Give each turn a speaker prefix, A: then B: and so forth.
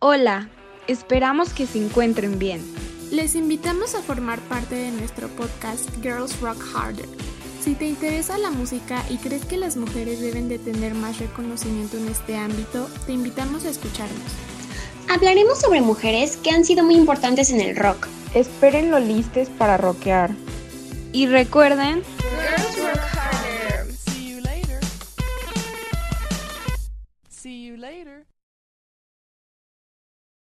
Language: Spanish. A: Hola, esperamos que se encuentren bien.
B: Les invitamos a formar parte de nuestro podcast Girls Rock Harder. Si te interesa la música y crees que las mujeres deben de tener más reconocimiento en este ámbito, te invitamos a escucharnos.
C: Hablaremos sobre mujeres que han sido muy importantes en el rock.
D: Espérenlo listes para rockear.
A: Y recuerden...
E: Girls Rock Harder.
F: See you later.